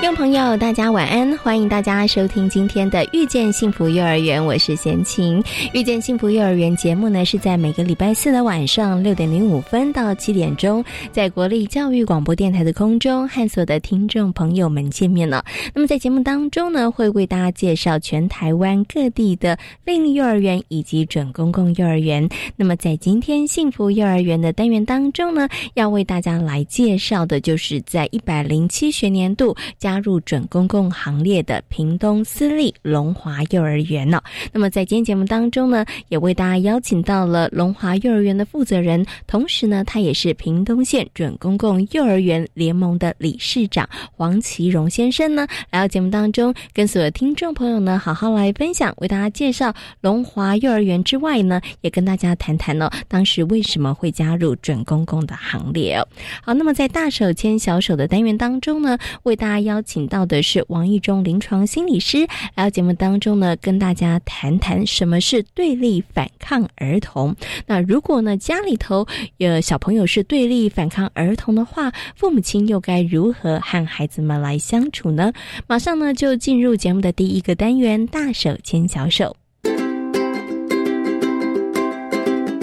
听众朋友，大家晚安！欢迎大家收听今天的《遇见幸福幼儿园》，我是贤琴。《遇见幸福幼儿园》节目呢是在每个礼拜四的晚上六点零五分到七点钟，在国立教育广播电台的空中和所有的听众朋友们见面了。那么在节目当中呢，会为大家介绍全台湾各地的另幼儿园以及准公共幼儿园。那么在今天幸福幼儿园的单元当中呢，要为大家来介绍的就是在一百零七学年度加入准公共行列的屏东私立龙华幼儿园呢、那么在今天节目当中呢，也为大家邀请到了龙华幼儿园的负责人，同时呢，他也是屏东县准公共幼儿园联盟的理事长黄其荣先生呢，来到节目当中，跟所有听众朋友呢，好好来分享，为大家介绍龙华幼儿园之外呢，也跟大家谈谈呢、当时为什么会加入准公共的行列哦。好，那么在大手牵小手的单元当中呢，为大家邀请到的是王义中临床心理师，来到节目当中呢，跟大家谈谈什么是对立反抗儿童。那如果呢家里头呃小朋友是对立反抗儿童的话，父母亲又该如何和孩子们来相处呢？马上呢就进入节目的第一个单元——大手牵小手。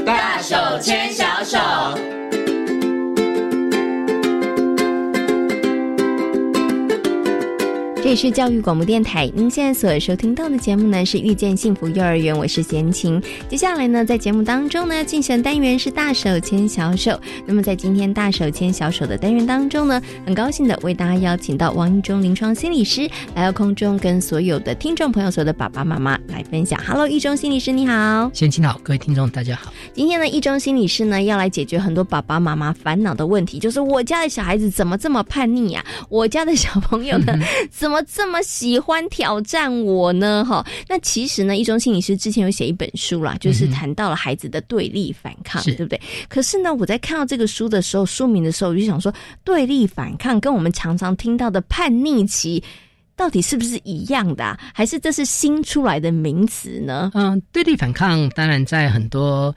大手牵小手。这里是教育广播电台，您现在所收听到的节目呢是《遇见幸福幼儿园》，我是贤琴。接下来呢，在节目当中呢，竞选单元是大手牵小手。那么在今天大手牵小手的单元当中呢，很高兴的为大家邀请到王一中临床心理师来到空中，跟所有的听众朋友、所有的爸爸妈妈来分享。Hello，一中心理师你好。先请好，各位听众大家好。今天呢，一中心理师呢要来解决很多爸爸妈妈烦恼的问题，就是我家的小孩子怎么这么叛逆呀、我家的小朋友呢， 怎么这么喜欢挑战我呢？哈，那其实呢，一中心理师之前有写一本书啦，就是谈到了孩子的对立反抗，是对不对？可是呢，我在看到这个书的时候，书名的时候，我就想说，对立反抗跟我们常常听到的叛逆期。到底是不是一样的、啊，还是这是新出来的名词呢？嗯、对立反抗当然在很多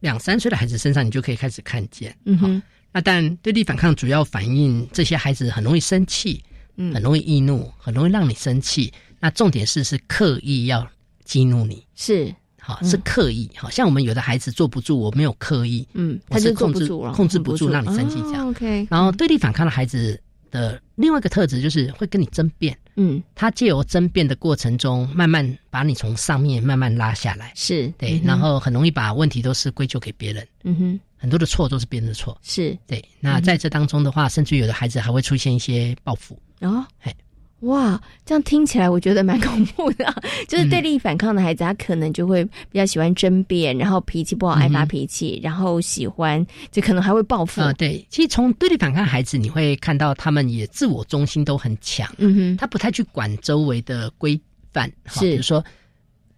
两三岁的孩子身上，你就可以开始看见。嗯哼，那但对立反抗主要反映这些孩子很容易生气，嗯很容易易怒，很容易让你生气。那重点是是刻意要激怒你，是，好、是刻意。好、像我们有的孩子坐不住，我没有刻意，嗯，我他就是坐控不制住了，哦控制不住让你生气这样 o k 然后对立反抗的孩子的另外一个特质就是会跟你争辩，嗯，他借由争辩的过程中，慢慢把你从上面慢慢拉下来。是对，然后很容易把问题都是归咎给别人，嗯哼，很多的错都是别人的错。是，对，那在这当中的话，甚至有的孩子还会出现一些报复。然后嘿。哦哇，这样听起来我觉得蛮恐怖的 啊、嗯就是对立反抗的孩子，他可能就会比较喜欢争辩，然后脾气不好，爱发脾气，然后喜欢就可能还会报复。呃，对，其实从对立反抗孩子，你会看到他们也自我中心都很强，嗯哼，他不太去管周围的规范。是哈比如说，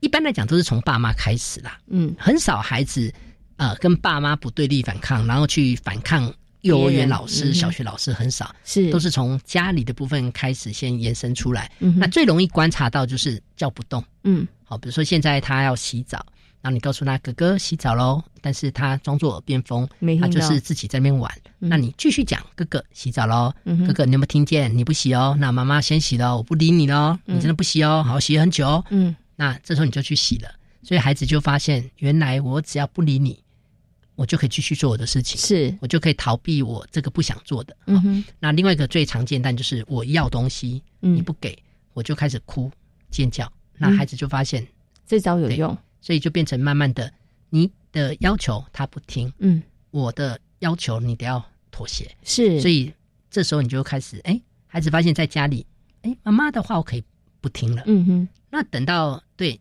一般来讲都是从爸妈开始啦，嗯，很少孩子呃跟爸妈不对立反抗，然后去反抗幼儿别人园老师、嗯哼小学老师，很少。是，都是从家里的部分开始先延伸出来。嗯哼那最容易观察到就是叫不动，嗯好，比如说现在他要洗澡，然后你告诉他哥哥洗澡喽，但是他装作耳边风没，他听啊就到是自己在那边玩。嗯那你继续讲哥哥洗澡喽，嗯哼哥哥你有没有听见？你不洗哦，那妈妈先洗喽，我不理你喽，你真的不洗哦，好洗很久哦。嗯，那这时候你就去洗了，所以孩子就发现，原来我只要不理你，我就可以继续做我的事情，是，我就可以逃避我这个不想做的。嗯哼，那另外一个最常见，但就是我要东西，嗯你不给，我就开始哭尖叫，那孩子就发现，这招有用。所以就变成慢慢的，你的要求他不听，嗯，我的要求你得要妥协，是，所以以这时候你就开始，哎、孩子发现在家里，哎、妈妈的话我可以不听了，嗯哼，那等到对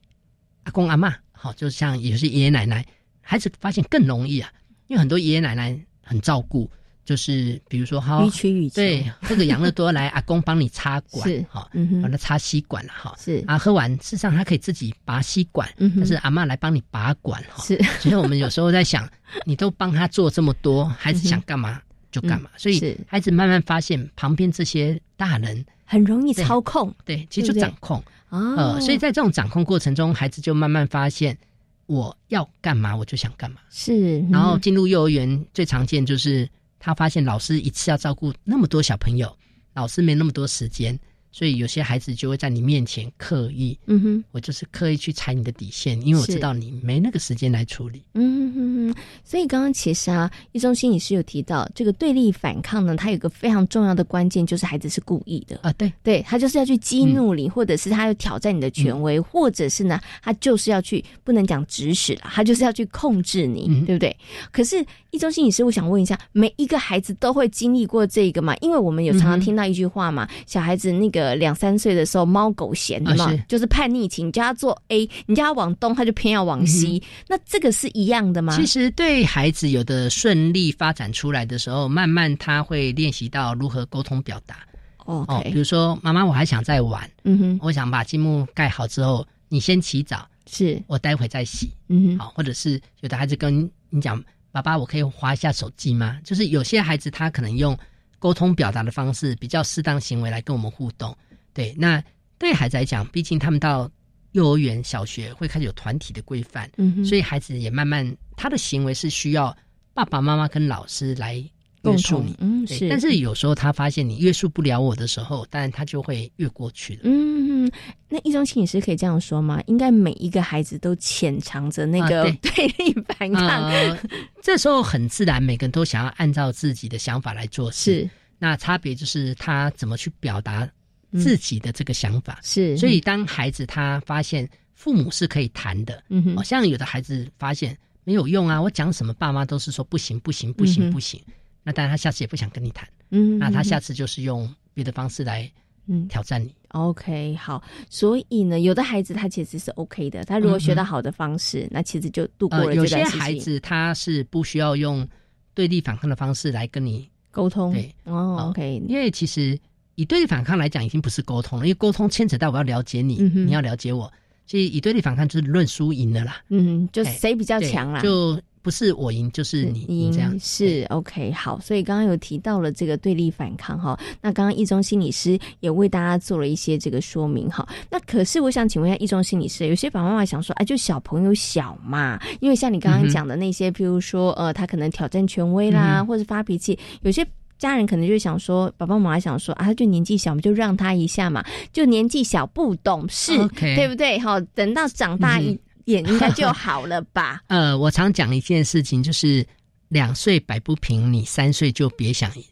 阿公阿妈，好、就像也是爷爷奶奶，孩子发现更容易啊，因为很多爷爷奶奶很照顾，就是比如说哈予，取予求，哦对，喝个养乐 多来，阿公帮你插管是，哈、嗯哼帮他插吸管了哈。是啊，喝完，事实上他可以自己拔吸管，嗯哼但是阿妈来帮你拔管哈。是 所以我们有时候在想，你都帮他做这么多，孩子想干嘛就干嘛，所以嗯是孩子慢慢发现旁边这些大人，很容易对操控对，其对不实就对掌控，哦呃，所以在这种掌控过程中，孩子就慢慢发现我要干嘛我就想干嘛。是嗯然后进入幼儿园最常见就是他发现老师一次要照顾那么多小朋友，老师没那么多时间，所以有些孩子就会在你面前刻意，嗯哼我就是刻意去踩你的底线，因为我是知道你没那个时间来处理。嗯哼哼哼，所以刚刚其实啊，一中心理师有提到这个对立反抗呢，它有一个非常重要的关键，就是孩子是故意的。啊，对，对他就是要去激嗯怒你，或者是他要挑战你的权威，或者是呢，他就是要去不能讲指使了，他就是要去控制你，嗯对不对？可是一中心理师，我想问一下，每一个孩子都会经历过这个嘛？因为我们有常常嗯哼听到一句话嘛，小孩子那个两三岁的时候，猫狗嫌的嘛，啊是就是叛逆期，你叫他做 A，你叫他往东，他就偏要往西，那这个是一样的吗？嗯其实对孩子有的顺利发展出来的时候，慢慢他会练习到如何沟通表达。 OK，、哦，比如说妈妈，我还想再玩，嗯哼，我想把积木盖好之后，你先洗澡，是，我待会再洗。嗯哼，好，或者是有的孩子跟你讲：“爸爸，我可以划一下手机吗？”就是有些孩子他可能用沟通表达的方式，比较适当行为来跟我们互动。对，那对孩子来讲，毕竟他们到幼儿园、小学会开始有团体的规范，嗯哼，所以以孩子也慢慢他的行为是需要爸爸妈妈跟老师来约共束同你，。嗯，对是，但是有时候他发现你约束不了我的时候，当然他就会越过去了。嗯，那一中心理师可以这样说吗？应该每一个孩子都潜藏着那个啊 对立反抗，呃， 这时候很自然，每个人都想要按照自己的想法来做事。是那差别就是他怎么去表达自己的这个想法。是，嗯所以，当孩子他发现父母是可以谈的，嗯好、哼，像有的孩子发现没有用啊，我讲什么爸妈都是说不行不行不嗯行哼不行。那当然，他下次也不想跟你谈，嗯，啊那他下次就是用别的方式来嗯挑战你。 OK 好，所以呢，有的孩子他其实是 OK 的，他如果学到好的方式，那其实就度过嗯呃，了有这些段时孩期。子他是不需要用对立反抗的方式来跟你沟通对哦好，OK，因为其实以对立反抗来讲，已经不是沟通了，因为沟通牵扯到我要了解你，嗯哼你要了解我，所以以对立反抗就是论输赢的啦，嗯，就哎谁比较对强啦？就不是我赢就是你赢这样。是 OK 好，所以刚刚有提到了这个对立反抗哈，那刚刚一中心理师也为大家做了一些这个说明哈。那可是我想请问一下一中心理师，有些爸爸妈妈想说，啊，就小朋友小嘛，因为像你刚嗯刚哼讲的那些，譬如说呃，他可能挑战权威啦，嗯哼或者发脾气，有些。家人可能就想说，爸爸妈妈想说啊，他就年纪小，我们就让他一下嘛，就年纪小不懂事 OK 对不对？哈，等到长大一嗯点应该就好了吧？ 呃，我常讲一件事情，就是两岁摆不平，你三岁就别想赢。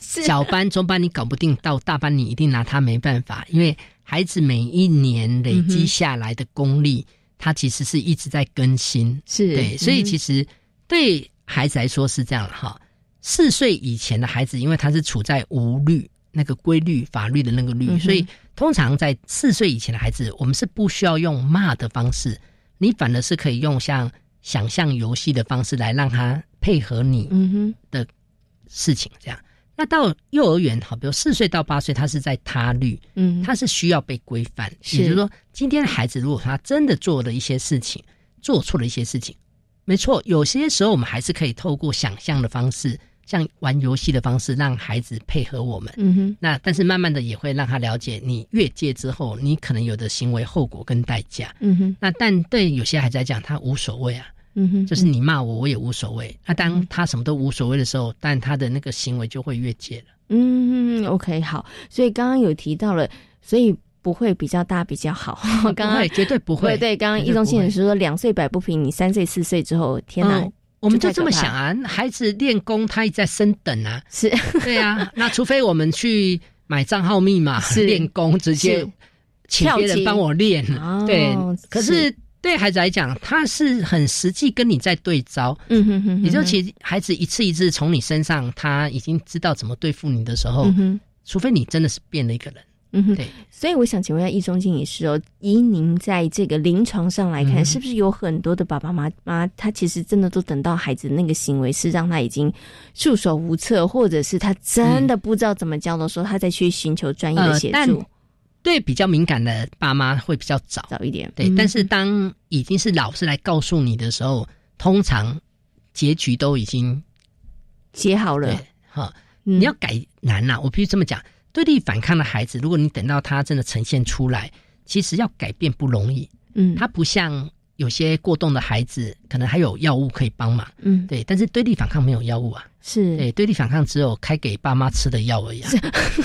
是小班、中班你搞不定，到大班你一定拿他没办法，因为孩子每一年累嗯积下来的功力，他其实是一直在更新。是，对，所以嗯哼其实对孩子来说是这样了哈。四岁以前的孩子，因为他是处在无律那个规律、法律的那个律，嗯哼所以通常在四岁以前的孩子，我们是不需要用骂的方式，你反而是可以用像想象游戏的方式来让他配合你嗯哼。事情这样。那到幼儿园，好，比如四岁到八岁，他是在他律，嗯，他是需要被规范。是也就是说，今天的孩子如果他真的做了一些事情，做错了一些事情，没错，有些时候我们还是可以透过想象的方式，像玩游戏的方式，让孩子配合我们。嗯哼，那但是慢慢的也会让他了解，你越界之后，你可能有的行为后果跟代价。嗯哼，那但对有些孩子来讲，他无所谓啊，嗯哼，就是你骂我，我也无所谓。那当他什么都无所谓的时候，但他的那个行为就会越界了。嗯嗯，OK，好，所以刚刚有提到了，所以不会比较大比较好。刚不刚会绝对不会，对对，刚刚绝易对中不信会也是说两岁摆不平，你三岁四岁之后，天哪嗯，我们就就太这么可怕，想啊，孩子练功，他一直在升等啊 是对啊，那除非我们去买账号密码是练功，直接是请别跳级人帮我练哦，对。可是是对孩子来讲，他是很实际跟你在对招，嗯哼哼，也就哼其实孩子一次一次从你身上，他已经知道怎么对付你的时候嗯，哼除非你真的是变了一个人，嗯哼，对，所以我想请问一下易中经理师哦，以您在这个临床上来看，嗯是不是有很多的爸爸妈妈，他其实真的都等到孩子那个行为是让他已经束手无策，或者是他真的不知道怎么教的时候，他再去寻求专业的嗯呃协但助，对比较敏感的爸妈会比较早，早一点。对。嗯但是当已经是老师来告诉你的时候，通常结局都已经写好了对，哈。你你要改难啊呐、我必须这么讲。对立反抗的孩子，如果你等到他真的呈现出来，其实要改变不容易。嗯，他不像有些过动的孩子，可能还有药物可以帮忙，嗯对。但是对立反抗没有药物啊，是 对，对立反抗只有开给爸妈吃的药而已、啊。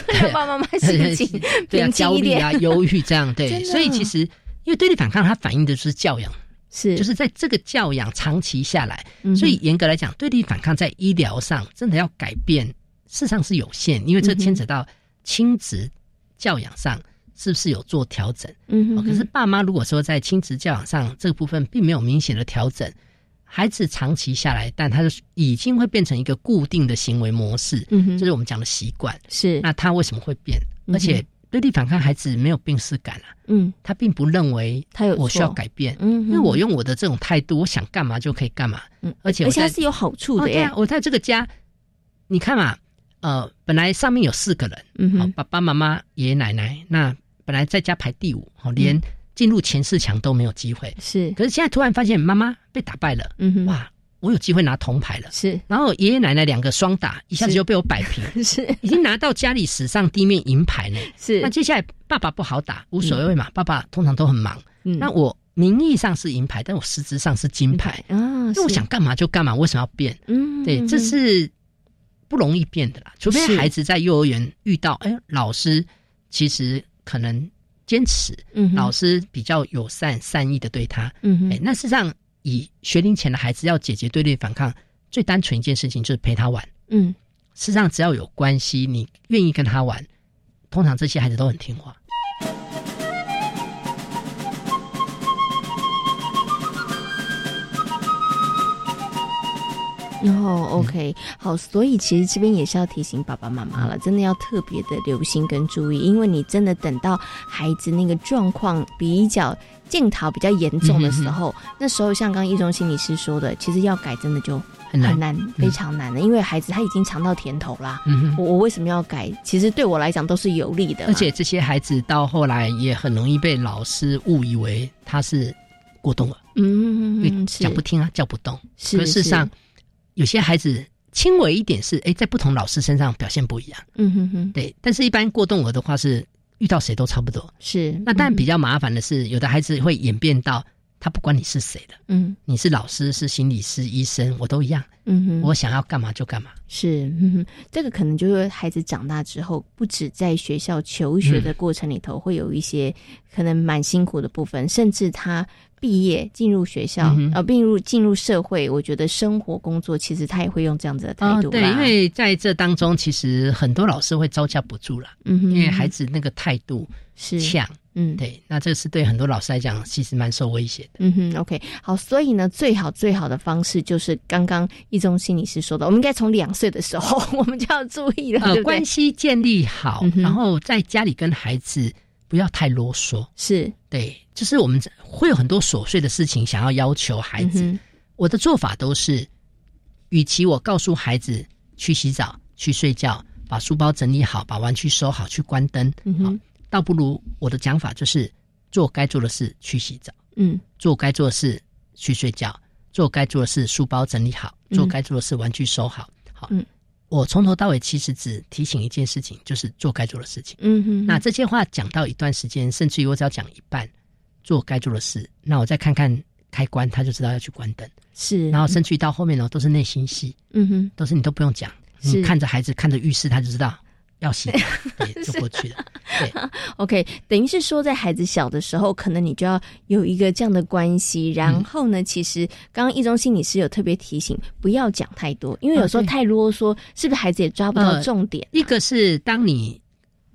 让爸爸妈妈心情 对啊， 平焦静一虑点啊、忧郁这样，对 真。的啊所以其实，因为对立反抗，它反映的是教养，是就是在这个教养长期下来，嗯哼所以严格来讲，对立反抗在医疗上真的要改变，事实上是有限，因为这嗯哼牵扯到亲子教养上是不是有做调整。嗯哼哦可是爸妈如果说在亲子教养上这个部分并没有明显的调整，孩子长期下来，但他就是已经会变成一个固定的行为模式，嗯哼就是我们讲的习惯。是那他为什么会变？嗯哼而且对立反抗孩子没有病耻感啊，嗯他并不认为他有我需要错改变，嗯哼，因为我用我的这种态度，我想干嘛就可以干嘛。嗯而且而我且它在是有好处哦，的对耶啊，，我在这个家，你看嘛，呃，本来上面有四个人，嗯好、哼爸爸妈妈、爷爷奶奶，那本来在家排第五，好、嗯连进入前四强都没有机会。是可是现在突然发现妈妈被打败了，嗯嗯哼哇，我有机会拿铜牌了。是 然后爷爷奶奶两个双打，一下子是就被我摆平，是已经拿到家里史上第一面银牌呢。是那接下来爸爸不好打，无所谓嘛，爸爸通常都很忙。嗯那我名义上是银牌，但我实质上是金牌。啊，那我是想干嘛就干嘛，为什么要变？嗯对，这是不容易变的啦。除非是孩子在幼儿园遇到，哎，老师其实可能坚持，嗯哼老师比较友善、善意的对他。嗯哼哎，那事实上，以学龄前的孩子要解决对立反抗，最单纯一件事情就是陪他玩。嗯事实上，只要有关系，你愿意跟他玩，通常这些孩子都很听话。然后嗯哦嗯 OK，好，所以其实这边也是要提醒爸爸妈妈了，真的要特别的留心跟注意，因为你真的等到孩子那个状况比较镜头比较严重嗯的时候，那时候像刚刚易中心理师说的，其实要改真的就很难很难，非常难的，因为孩子他已经尝到甜头啦。嗯我哼，我为什么要改？其实对我来讲都是有利的嘛，而且这些孩子到后来也很容易被老师误以为他是过动了，嗯，嗯嗯因为嗯是讲不听啊，叫不动。是可是事实上，，有些孩子轻微一点是，哎，在不同老师身上表现不一样，嗯哼哼，对。但是，一般过动儿的话是遇到谁都差不多。是那但比较较麻烦的是，有的孩子会演变到他不管你是谁的，嗯你是老师、是心理师、医生，我都一样，嗯哼，我想要干嘛就干嘛。是，嗯哼，这个可能就是孩子长大之后，不止在学校求学嗯的过程里头，会有一些可能蛮辛苦的部分，甚至他毕业进入学校，嗯哼呃，并入进入社会，我觉得生活工作其实他也会用这样子的态度啦、哦对，因为在这当中，其实很多老师会招架不住啦，嗯哼，因为孩子那个态度是，呛，嗯，对，那这是对很多老师来讲，其实蛮受威胁的。嗯哼，OK，好，所以呢，最好最好的方式就是刚刚一中心理师说的，我们应该从两岁的时候 我们就要注意了，对不呃，对关系建立好嗯，哼然后在家里跟孩子不要太啰嗦。是嗯对，就是我们会有很多琐碎的事情想要要求孩子。嗯哼我的做法都是，与其我告诉孩子去洗澡、去睡觉、把书包整理好、把玩具收好、去关灯，嗯哼好，倒不如我的讲法就是做该做的事，去洗澡；嗯做该做的事，去睡觉；做该做的事，书包整理好；嗯做该做的事，玩具收好。好，嗯我从头到尾其实只提醒一件事情，就是做该做的事情。嗯哼，那这些话讲到一段时间，甚至于我只要讲一半，做该做的事，那我再看看开关，他就知道要去关灯。是，然后甚至于到后面呢，都是内心戏，嗯哼，都是你都不用讲，是你看着孩子看着浴室，他就知道要洗，对，就过去了。 对， OK，等于是说，在孩子小的时候，可能你就要有一个这样的关系。然后呢，其实刚刚易中心理师有特别提醒，不要讲太多，因为有时候啊对太啰嗦，是不是孩子也抓不到呃重点？一个是当你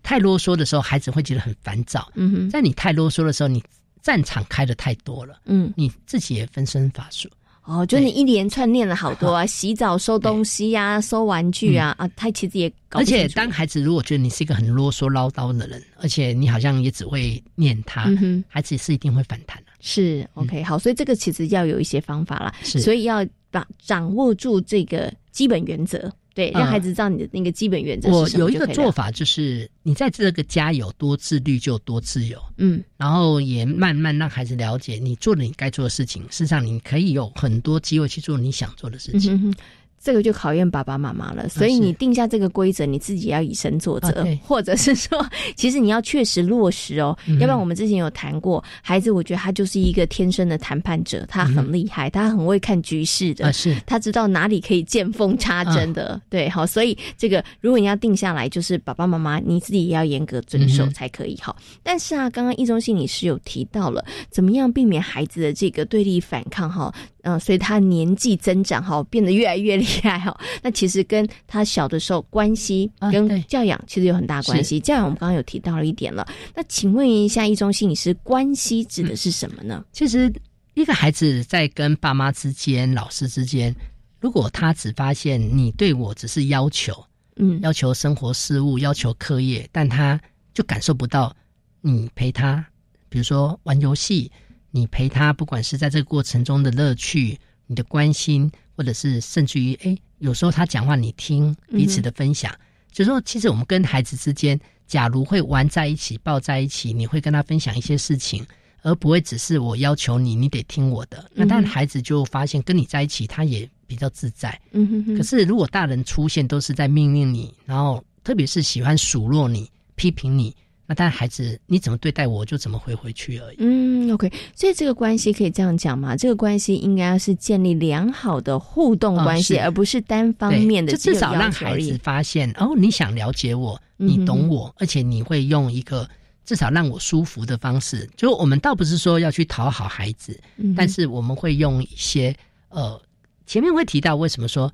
太啰嗦的时候，孩子会觉得很烦躁；嗯哼，在你太啰嗦的时候，你战场开的太多了，嗯，你自己也分身乏术。哦，就对你一连串念了好多啊， 洗澡、收东西呀、收玩具啊，啊，他其实也搞而不清楚且当孩子如果觉得你是一个很啰嗦唠叨的人，而且你好像也只会念他，嗯哼孩子是一定会反弹的、是 OK 好，所以这个其实要有一些方法啦，是所以要把掌握住这个基本原则，对，让嗯孩子知道你的那个基本原则我是什么有一就个可以了做，法就是，你在这个家有多自律就多自由，嗯然后也慢慢让孩子了解，你做了你该做的事情，事实上你可以有很多机会去做你想做的事嗯情。啊哼哼。这个就考验爸爸妈妈了，所以是你定下这个规则，你自己要以身作则，啊对或者是说， 其实你要确实落实哦，嗯哼要不然我们之前有谈过，孩子，我觉得他就是一个天生的谈判者，他嗯很厉害，他很会看局势的，啊，是他知道哪里可以见缝插针啊的， 对，好，所以这个如果你要定下来，就是爸爸妈妈你自己也要严格遵守嗯哼才可以，好、但是啊，刚刚易中心理师有提到了，怎么样避免孩子的这个对立反抗，哈，嗯、随他年纪增长，哈，变得越来越厉害，哈，那其实跟他小的时候关系啊对跟教养其实有很大关系，教养我们刚刚有提到了一点了，那请问一下易中心理师，关系指嗯的是什么呢？其实一个孩子在跟爸妈之间、老师之间，如果他只发现你对我只是要求，嗯要求生活事务、要求课业，但他就感受不到你陪他，比如说玩游戏，你陪他，不管是在这个过程中的乐趣、你的关心，或者是甚至于，诶，有时候他讲话你听，彼此的分享，就是说，其实我们跟孩子之间，假如会玩在一起、抱在一起，你会跟他分享一些事情。而不会只是我要求你，你得听我的。那当然，孩子就发现跟你在一起，他也比较自在。嗯哼哼可是如果大人出现都是在命令你，然后特别是喜欢数落你、批评你，那当然孩子你怎么对待我我就怎么回回去而已。嗯，OK，所以这个关系可以这样讲嘛？这个关系应该是建立良好的互动关系，嗯是而不是单方面的对就只有至少要让求孩而已子发现哦，你想了解我，嗯哼你懂我，而且你会用一个至少让我舒服的方式。就我们倒不是说要去讨好孩子，嗯哼但是我们会用一些呃，前面会提到为什么说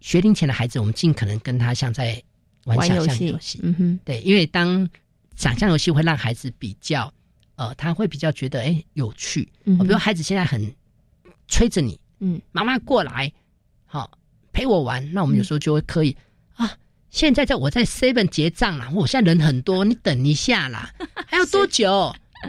学龄前的孩子，我们尽可能跟他像在玩玩想游象戏游戏，，嗯哼，对，因为当想象游戏会让孩子比较，呃，他会比较觉得哎有趣。嗯哦哼比如孩子现在很催着你，嗯，妈妈过来，好、陪我玩。那我嗯们有时候就会刻意、啊，现在在我在 Seven 结账啦，我现在人很多，你等一下啦，还要多久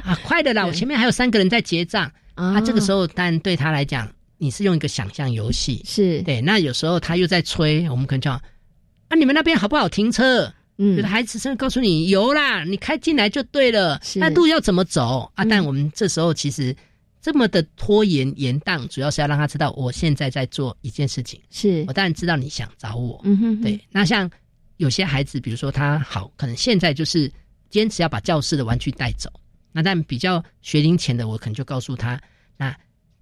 啊？快的啦，我前面还有三个人在结账。啊啊，这个时候，但对他来讲，你是用一个想象游戏，是，对。那有时候他又在催，我们可能叫啊，你们那边好不好停车？有嗯的孩子甚至告诉你有啦，你开进来就对了。是那路要怎么走啊？嗯但我们这时候其实这么的拖延延宕，主要是要让他知道我现在在做一件事情。是我，当然知道你想找我，嗯哼，对。那像有些孩子，比如说他好，可能现在就是坚持要把教室的玩具带走。那但比较学龄前的，我可能就告诉他，那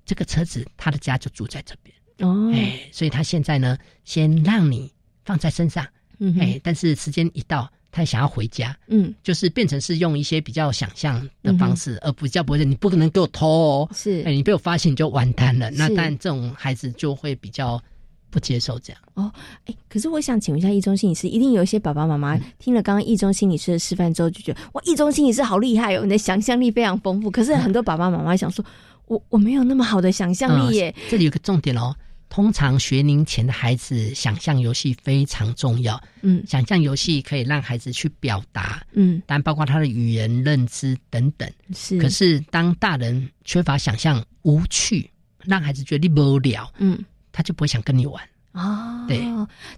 这个车子他的家就住在这边，哦，哎，所以他现在呢，先让你放在身上。嗯哎哼，，但是时间一到，他想要回家，嗯就是变成是用一些比较想象的方式，而不叫不会说你不可能给我偷哦，哎，是你被我发现你就完蛋了。那是但这种孩子就会比较不接受这样。哎，可是我想请问一下，易中心理师，一定有一些爸爸妈妈嗯听了刚刚易中心理师的示范之后，就觉得哇，易中心理师好厉害哦，你的想象力非常丰富。可是很多爸爸妈妈想说，我我没有那么好的想象力耶，嗯这里有个重点哦，通常学龄前的孩子想象游戏非常重要，嗯想象游戏可以让孩子去表达，嗯，但包括他的语言认知等等。是，可是当大人缺乏想象无趣，让孩子觉得你无聊，嗯。他就不会想跟你玩。哦，对，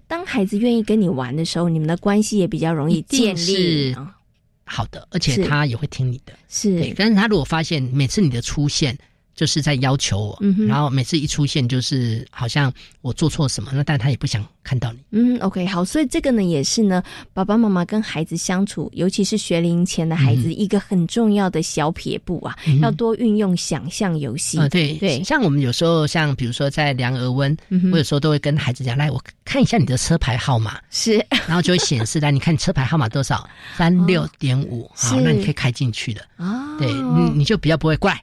当孩子愿意跟你玩的时候，你们的关系也比较容易建立。一定是哦好的，而且是他也会听你的。对，是，但是他如果发现每次你的出现就是在要求我，嗯哼然后每次一出现就是好像我做错什么，那但他也不想看到你。嗯，OK，好，所以这个呢，也是呢，爸爸妈妈跟孩子相处，尤其是学龄前的孩子，嗯一个很重要的小撇步啊，要多运用想象游戏。呃，嗯对嗯对像我们有时候像比如说在量额温，嗯哼我有时候都会跟孩子讲，来我看一下你的车牌 号码， 是，然后就会显示来你看你车牌号码多少，三六点五，好，哦是那你可以开进去的。啊，对，你你就比较不会怪，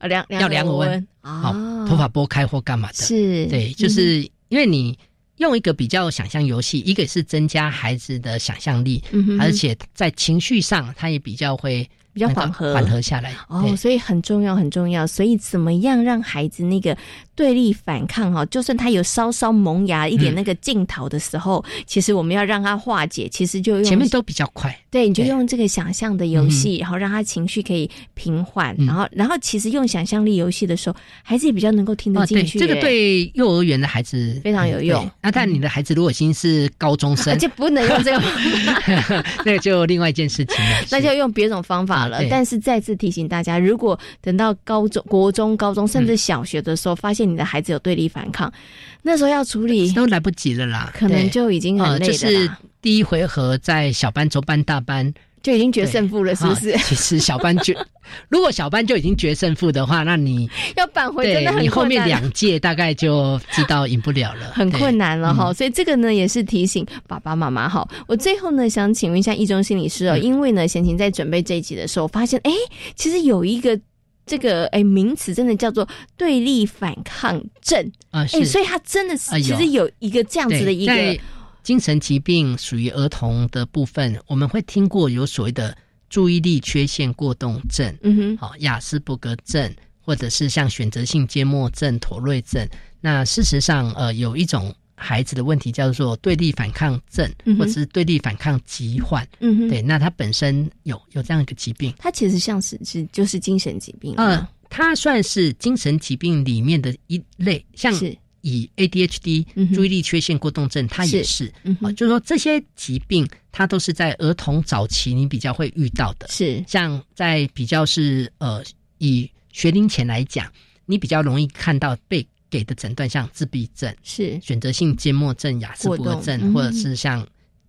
哦量嗯要量额额温好、啊，头发拨开或干嘛的。是，对，就是嗯因为你用一个比较想象游戏，一个是增加孩子的想象力，嗯哼，嗯哼而且在情绪上他也比较会比较能够缓和缓和下来。哦，对所以很重要，很重要。所以怎么样让孩子那个对立反抗哈，就算他有稍稍萌芽一点嗯那个劲头的时候，其实我们要让他化解，其实就用前面都比较快，对，你就对用这个想象的游戏，然后让他情绪可以平缓，嗯然后然后其实用想象力游戏的时候，孩子也比较能够听得哦，对进，去、这个哎。对幼儿园的孩子非常有用嗯对那但你的孩子如果已经是高中而 生，且啊不能用这个方法， 那就另外一件事情了。 那是就用别种方法了嗯。对但是再次提醒大家，如果等到高中、国中、高嗯中甚至小学的时候，发现你的孩子有对立反抗，那时候要处理，都来不及了啦，嗯可能对就已经很呃，累就了是啦，第一回合在小班、中班、大班，就已经决胜负了， 是不是 啊？其实小班就 如果小班就已经决胜负的话，那你要扳回真对的很你后困面难。两届大概就知道赢不了了， 很对困。难了哈、嗯所以这个呢也是提醒爸爸妈妈哈。我最后呢想请问一下易中心理师哦，嗯因为呢贤琴在准备这一集的时候，发现哎，诶其实有一个这个哎名词真的叫做对立反抗症，啊，哎，是所以他真的是哎呦其实有一个这样子的对一在个精神疾病属于儿童的部分，我们会听过有所谓的注意力缺陷过动症，嗯哼好、雅斯伯格症，或者是像选择性缄默症、妥瑞症。那事实上，呃，有一种孩子的问题叫做对立反抗症嗯，哼或者是对立反抗疾患。嗯哼，对，那他本身有有这样一个疾病，他其实像是是就是精神疾病啊嘛呃，它算是精神疾病里面的一类，像是以 ADHD、嗯哼注意力缺陷过动症，它也是嗯啊、哼就是说这些疾病，它都是在儿童早期你比较会遇到的。是像在比较是呃，以学龄前来讲，你比较容易看到被给的诊断，像自闭症、是选择性缄默症、雅斯伯过格动症，嗯或者是像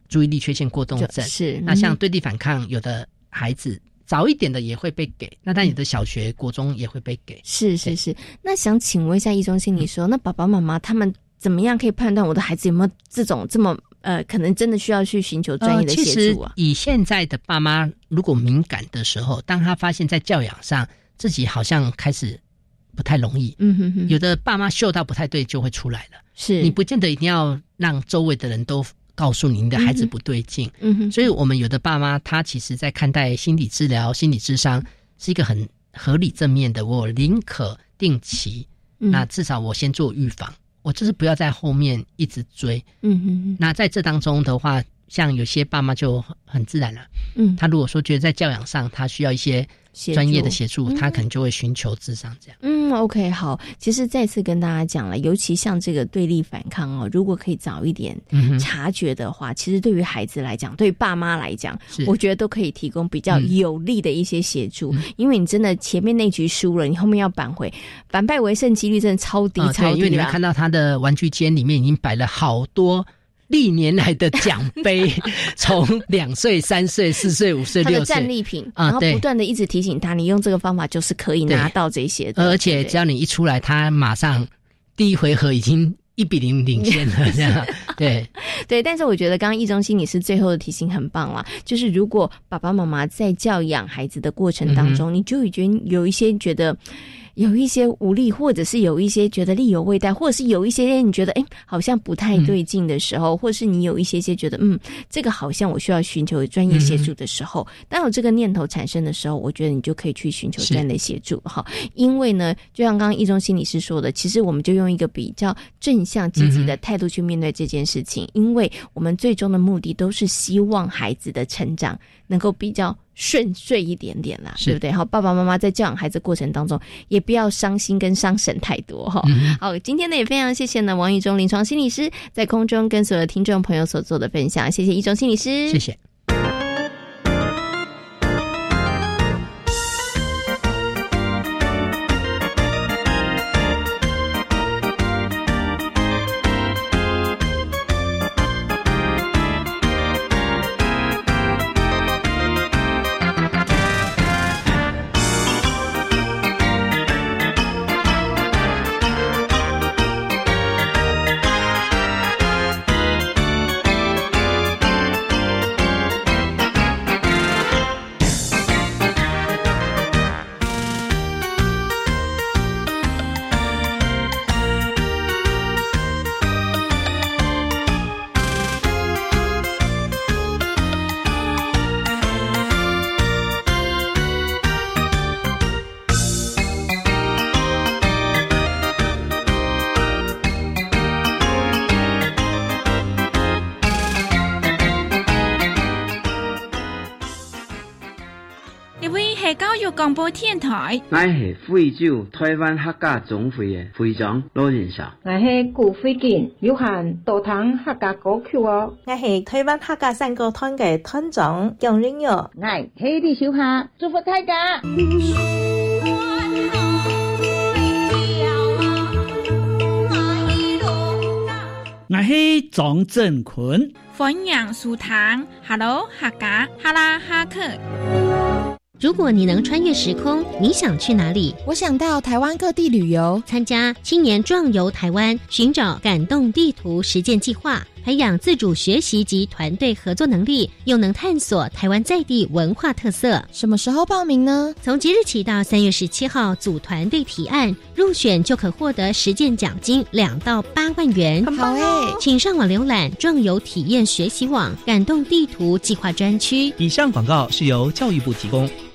注意力缺陷过动就症。是那像嗯对立反抗，有的孩子早一点的也会被给，那但有的小学、国中也会被给。是是是，那想请问一下易中嗯心理说，那爸爸妈妈他们怎么样可以判断我的孩子有没有这种这么呃，可能真的需要去寻求专业的呃。其协实助啊？以现在的爸妈，如果敏感的时候，当他发现在教养上自己好像开始不太容易，嗯哼哼，有的爸妈嗅到不太对就会出来了。是你不见得一定要让周围的人都告诉你你的孩子不对劲。嗯哼所以，我们有的爸妈他其实在看待心理治疗、心理智商是一个很合理正面的。我宁可定期，嗯那至少我先做预防，我就是不要在后面一直追。嗯哼那在这当中的话，像有些爸妈就很自然了。哼嗯，他如果说觉得在教养上他需要一些协专业助的协助，他可能就会寻求智商这样。嗯，OK，好。其实再次跟大家讲了，尤其像这个对立反抗哦，如果可以早一点嗯哼察觉的话，其实对于孩子来讲，对于爸妈来讲是，我觉得都可以提供比较嗯有力的一些协助。嗯因为你真的前面那局输了，你后面要扳回，反败为胜几率真的超低、啊，超对，低因为你会啦看到他的玩具间里面已经摆了好多历年来的奖 杯，从两岁、三岁、四岁、五岁、他的六战岁。利品，啊然后对不断的一直提醒他，你用这个方法就是可以拿对到这些的，而且对只要你一出来，他马上第一回合已经一比零领先了，这 样对，对，但是我觉得刚刚易中心你是最后的提醒很棒啦，就是如果爸爸妈妈在教养孩子的过程当中，你就已经有一些觉得。有一些无力，或者是有一些觉得力有未逮，或者是有一些你觉得哎、诶好像不太对劲的时候，或是你有一些些觉得嗯，这个好像我需要寻求专业协助的时候，当有这个念头产生的时候，我觉得你就可以去寻求是专业的协助哈。因为呢，就像刚刚易中心理师说的，其实我们就用一个比较正向、积极的态度去面对这件事情，因为我们最终的目的都是希望孩子的成长能够比较顺遂一点点啦，是对不对？好，爸爸妈妈在教养孩子过程当中，也不要伤心跟伤神太多哈。嗯哼好，今天呢也非常谢谢呢王以中临床心理师在空中跟所有的听众朋友所做的分享，谢谢一中心理师，谢谢。广播电台。我是惠州台湾客家总会的会长罗仁祥。我是顾惠健，有限道堂客家歌曲哦。我是台湾客家三个团嘅团长姜仁玉。我係起啲小客，祝福大家。我是张振坤，欢迎苏堂，Hello 客家哈拉哈克。如果你能穿越时空，你想去哪里？我想到台湾各地旅游，参加青年壮游台湾，寻找感动地图实践计划，培养自主学习及团队合作能力，又能探索台湾在地文化特色。什么时候报名呢？从即日起到三月十七号，组团队提案入选就可获得实践奖金两到八万元。好啊诶、哦，请上网浏览壮游体验学习网感动地图计划专区。以上广告是由教育部提供。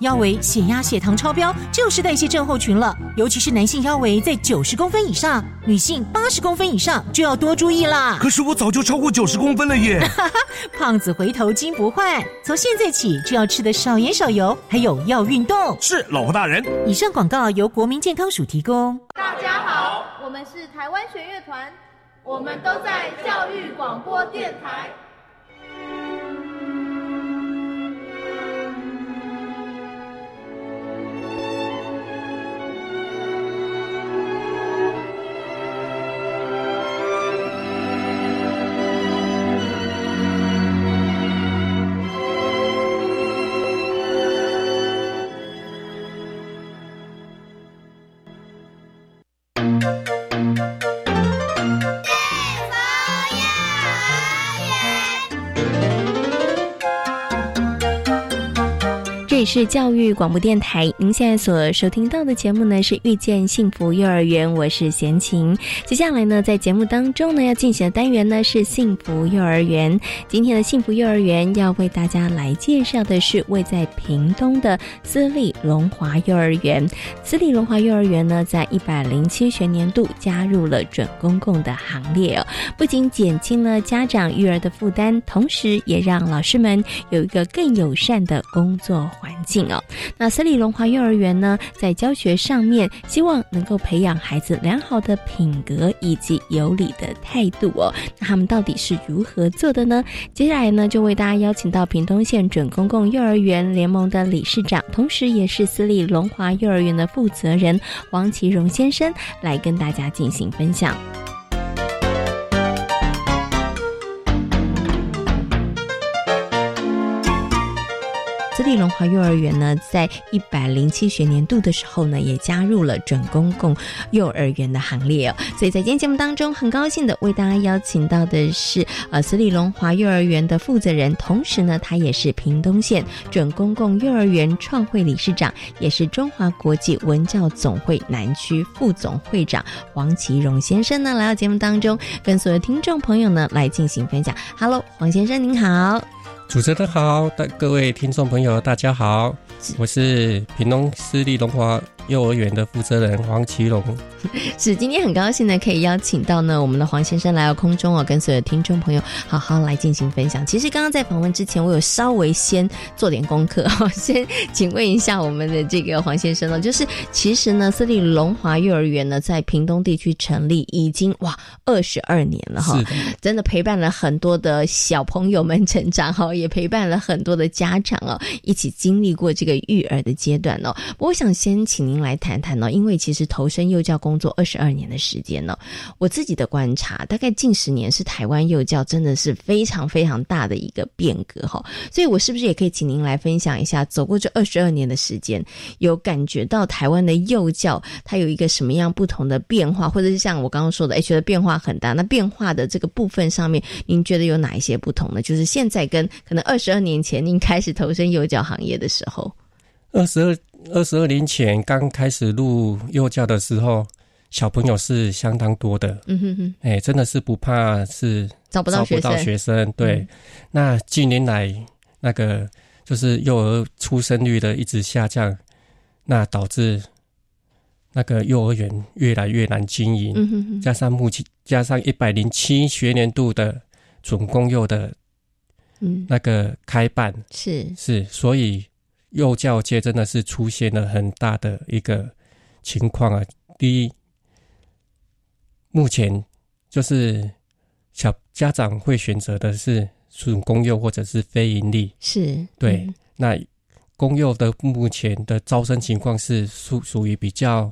腰围、血压、血糖超标，就是代谢症候群了。尤其是男性腰围在九十公分以上，女性八十公分以上，就要多注意啦。可是我早就超过九十公分了耶！胖子回头金不换，从现在起就要吃的少盐少油，还有要运动。是老婆大人。以上广告由国民健康署提供。大家好，我们是台湾弦乐团，我们都在教育广播电台。这里是教育广播电台，您现在所收听到的节目呢是《遇见幸福幼儿园》，我是贤琴。接下来呢，在节目当中呢要进行的单元呢是幸福幼儿园。今天的幸福幼儿园要为大家来介绍的是位在屏东的私立龙华幼儿园。私立龙华幼儿园呢，在一百零七学年度加入了准公共的行列哦，不仅减轻了家长育儿的负担，同时也让老师们有一个更友善的工作环。环境哦，那私立龙华幼儿园呢，在教学上面希望能够培养孩子良好的品格以及有礼的态度哦。那他们到底是如何做的呢？接下来呢，就为大家邀请到屏东县准公共幼儿园联盟的理事长，同时也是私立龙华幼儿园的负责人王其荣先生来跟大家进行分享。私立龙华幼儿园呢，在一百零七学年度的时候呢，也加入了准公共幼儿园的行列哦。所以在今天节目当中，很高兴的为大家邀请到的是呃私立龙华幼儿园的负责人，同时呢，他也是屏东县呃准公共幼儿园创会理事长，也是中华国际文教总会南区副总会长黄其荣先生呢，来到节目当中，跟所有听众朋友呢来进行分享。Hello，黄先生您好。 主持人好，大各位听众朋友，大家好，我是屏东私立龙华幼儿园的负责人黄奇龙。 是，今天很高兴呢，可以邀请到呢我们的黄先生来到空中哦，跟所有听众朋友好好来进行分享。其实刚刚在访问之前，我有稍微先做点功课 哦，先请问一下我们的这个黄先生呢，就是其实呢，私立龙华幼儿园呢在屏东地区成立已经哇二十二年了哈、哦， 真的陪伴了很多的小朋友们成长哈、哦。 也陪伴了很多的家长哦，一起经历过这个育儿的阶段哦。我想先请您来谈谈哦，因为其实投身幼教工作二十二年的时间呢、哦，我自己的观察，大概近十年是台湾幼教真的是非常非常大的一个变革哈、哦。所以我是不是也可以请您来分享一下，走过这二十二年的时间，有感觉到台湾的幼教它有一个什么样不同的变化，或者是像我刚刚说的，哎，觉得变化很大。那变化的这个部分上面，您觉得有哪一些不同呢？就是现在跟可能二十二年前您开始投身幼教行业的时候，二十二二十二年前刚开始入幼教的时候，小朋友是相当多的，嗯哼哼，哎、欸，真的是不怕是找不到学生，学生对。嗯、那近年来那个就是幼儿出生率的一直下降，那导致那个幼儿园越来越难经营，嗯哼哼加上目前加上一百零七学年度的准公幼的嗯那个开办，是是，所以幼教界真的是出现了很大的一个情况啊。第一，目前就是小家长会选择的是准公幼或者是非盈利，是对。嗯那公幼的目前的招生情况是属属于比较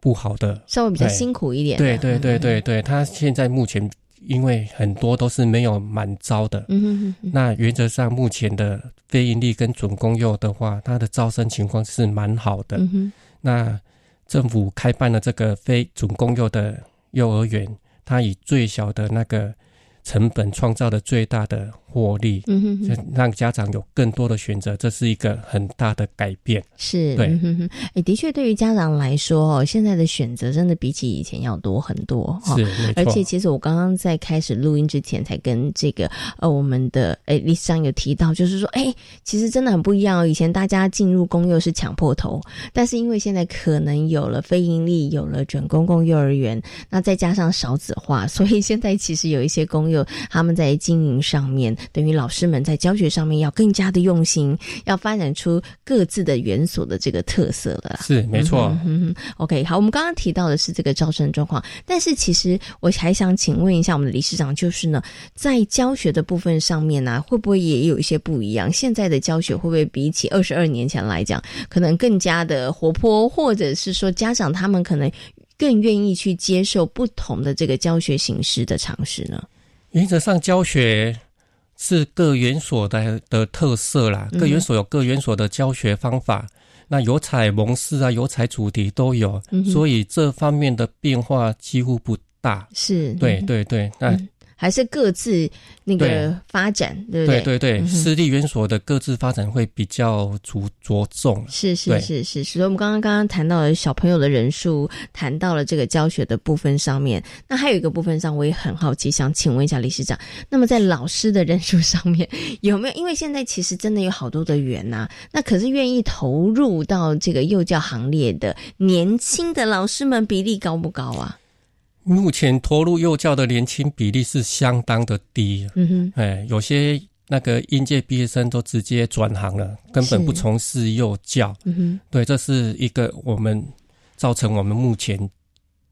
不好的，稍微比较对辛苦一点对的对对对对，他现在目前因为很多都是没有满招的，嗯哼哼哼那原则上目前的非盈利跟准公幼的话，它的招生情况是蛮好的。嗯哼那政府开办了这个非准公幼的幼儿园，它以最小的那个成本创造了最大的获利，嗯哼哼就让家长有更多的选择，这是一个很大的改变。是，对嗯哼哼，哎，的确，对于家长来说，哦，现在的选择真的比起以前要多很多，哈、是没错哦而且，其实我刚刚在开始录音之前，才跟这个呃我们的哎丽上有提到，就是说，哎，其实真的很不一样哦。以前大家进入公幼是抢破头，但是因为现在可能有了非盈利，有了准公共幼儿园，那再加上少子化， 所以现在其实有一些公幼他们在经营上面，等于老师们在教学上面要更加的用心，要发展出各自的园所的这个特色了啦。是没错。嗯哼嗯哼，OK，好，我们刚刚提到的是这个招生状况，但是其实我还想请问一下我们的理事长，就是呢，在教学的部分上面呢、会不会也有一些不一样？现在的教学会不会比起二十二年前来讲，可能更加的活泼，或者是说家长他们可能更愿意去接受不同的这个教学形式的尝试呢？原则上，教学是各园所的的特色啦，嗯各园所有各园所的教学方法，那有采蒙式啊，有采主题都有，嗯哼所以这方面的变化几乎不大。是，对嗯对对，那、嗯还是各自那个对发展，对不对对对对，嗯哼私立园所的各自发展会比较着着重。是是对是是，所以我们刚刚刚刚谈到了小朋友的人数，谈到了这个教学的部分上面，那还有一个部分上我也很好奇，想请问一下理事长，那么在老师的人数上面有没有？因为现在其实真的有好多的园呐、那可是愿意投入到这个幼教行列的年轻的老师们比例高不高啊？目前投入幼教的年轻比例是相当的低，嗯哼，哎，有些那个应届毕业生都直接转行了，根本是不从事幼教。嗯哼，对，这是一个我们造成我们目前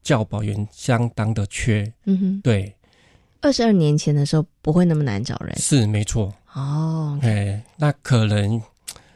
教保员相当的缺。嗯哼，对，二十二年前的时候不会那么难找人是没错。哦，哎，那可能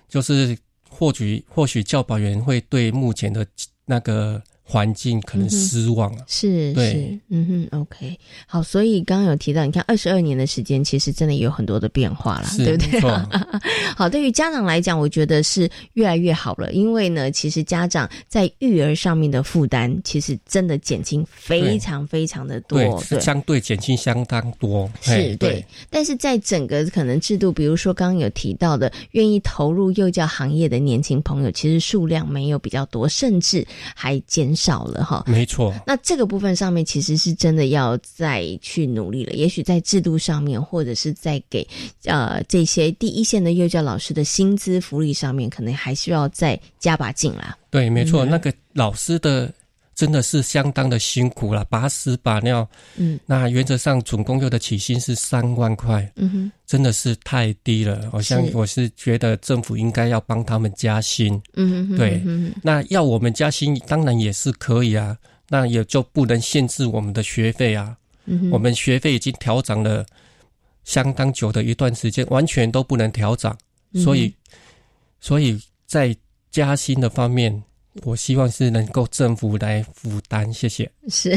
就是或许或许教保员会对目前的那个环境可能嗯哼失望啊了、是对是，嗯哼，OK，好，所以刚刚有提到，你看二十二年的时间，其实真的有很多的变化啦，是啊对不对没错？ 啊好，对于家长来讲，我觉得是越来越好了，因为呢，其实家长在育儿上面的负担，其实真的减轻非对常非常的多，对对，，是相对减轻相当多。哎是对，但是在整个可能制度，比如说刚刚有提到的，愿意投入幼教行业的年轻朋友，其实数量没有比较多，甚至还减少了哈。没 错。那这个部分上面，其实是真的要再去努力了。也许在制度上面，或者是在给呃这些第一线的幼教老师的薪资福利上面，可能还需要再加把劲啦。对，没错，嗯那个老师的真的是相当的辛苦了，把屎把尿。嗯那原则上总共有的起薪是三万块，嗯哼，真的是太低了。好像是我是觉得政府应该要帮他们加薪。嗯哼哼对嗯哼哼那要我们加薪，当然也是可以啊。那也就不能限制我们的学费啊。嗯哼我们学费已经调涨了相当久的一段时间，完全都不能调涨，嗯哼所以，所以在加薪的方面，我希望是能够政府来负担，谢谢。嗯嗯是、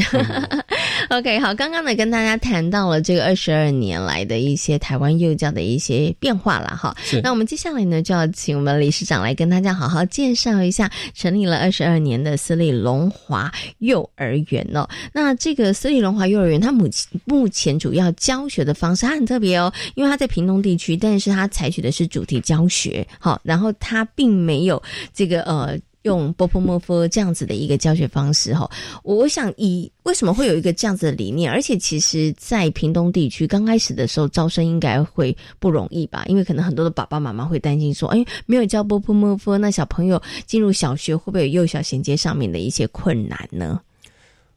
o k 好，刚刚呢跟大家谈到了这个二十二年来的一些台湾幼教的一些变化了哈是。那我们接下来呢就要请我们理事长来跟大家好好介绍一下成立了二十二年的私立龙华幼儿园哦。那这个私立龙华幼儿园，它目前目前主要教学的方式，它很特别哦，因为它在屏东地区，但是它采取的是主题教学，好，然后它并没有这个呃。用波普莫夫这样子的一个教学方式哈，我想以为什么会有一个这样子的理念，而且其实，在屏东地区刚开始的时候招生应该会不容易吧，因为可能很多的爸爸妈妈会担心说，哎，没有教波普莫夫，那小朋友进入小学会不会有幼小衔接上面的一些困难呢？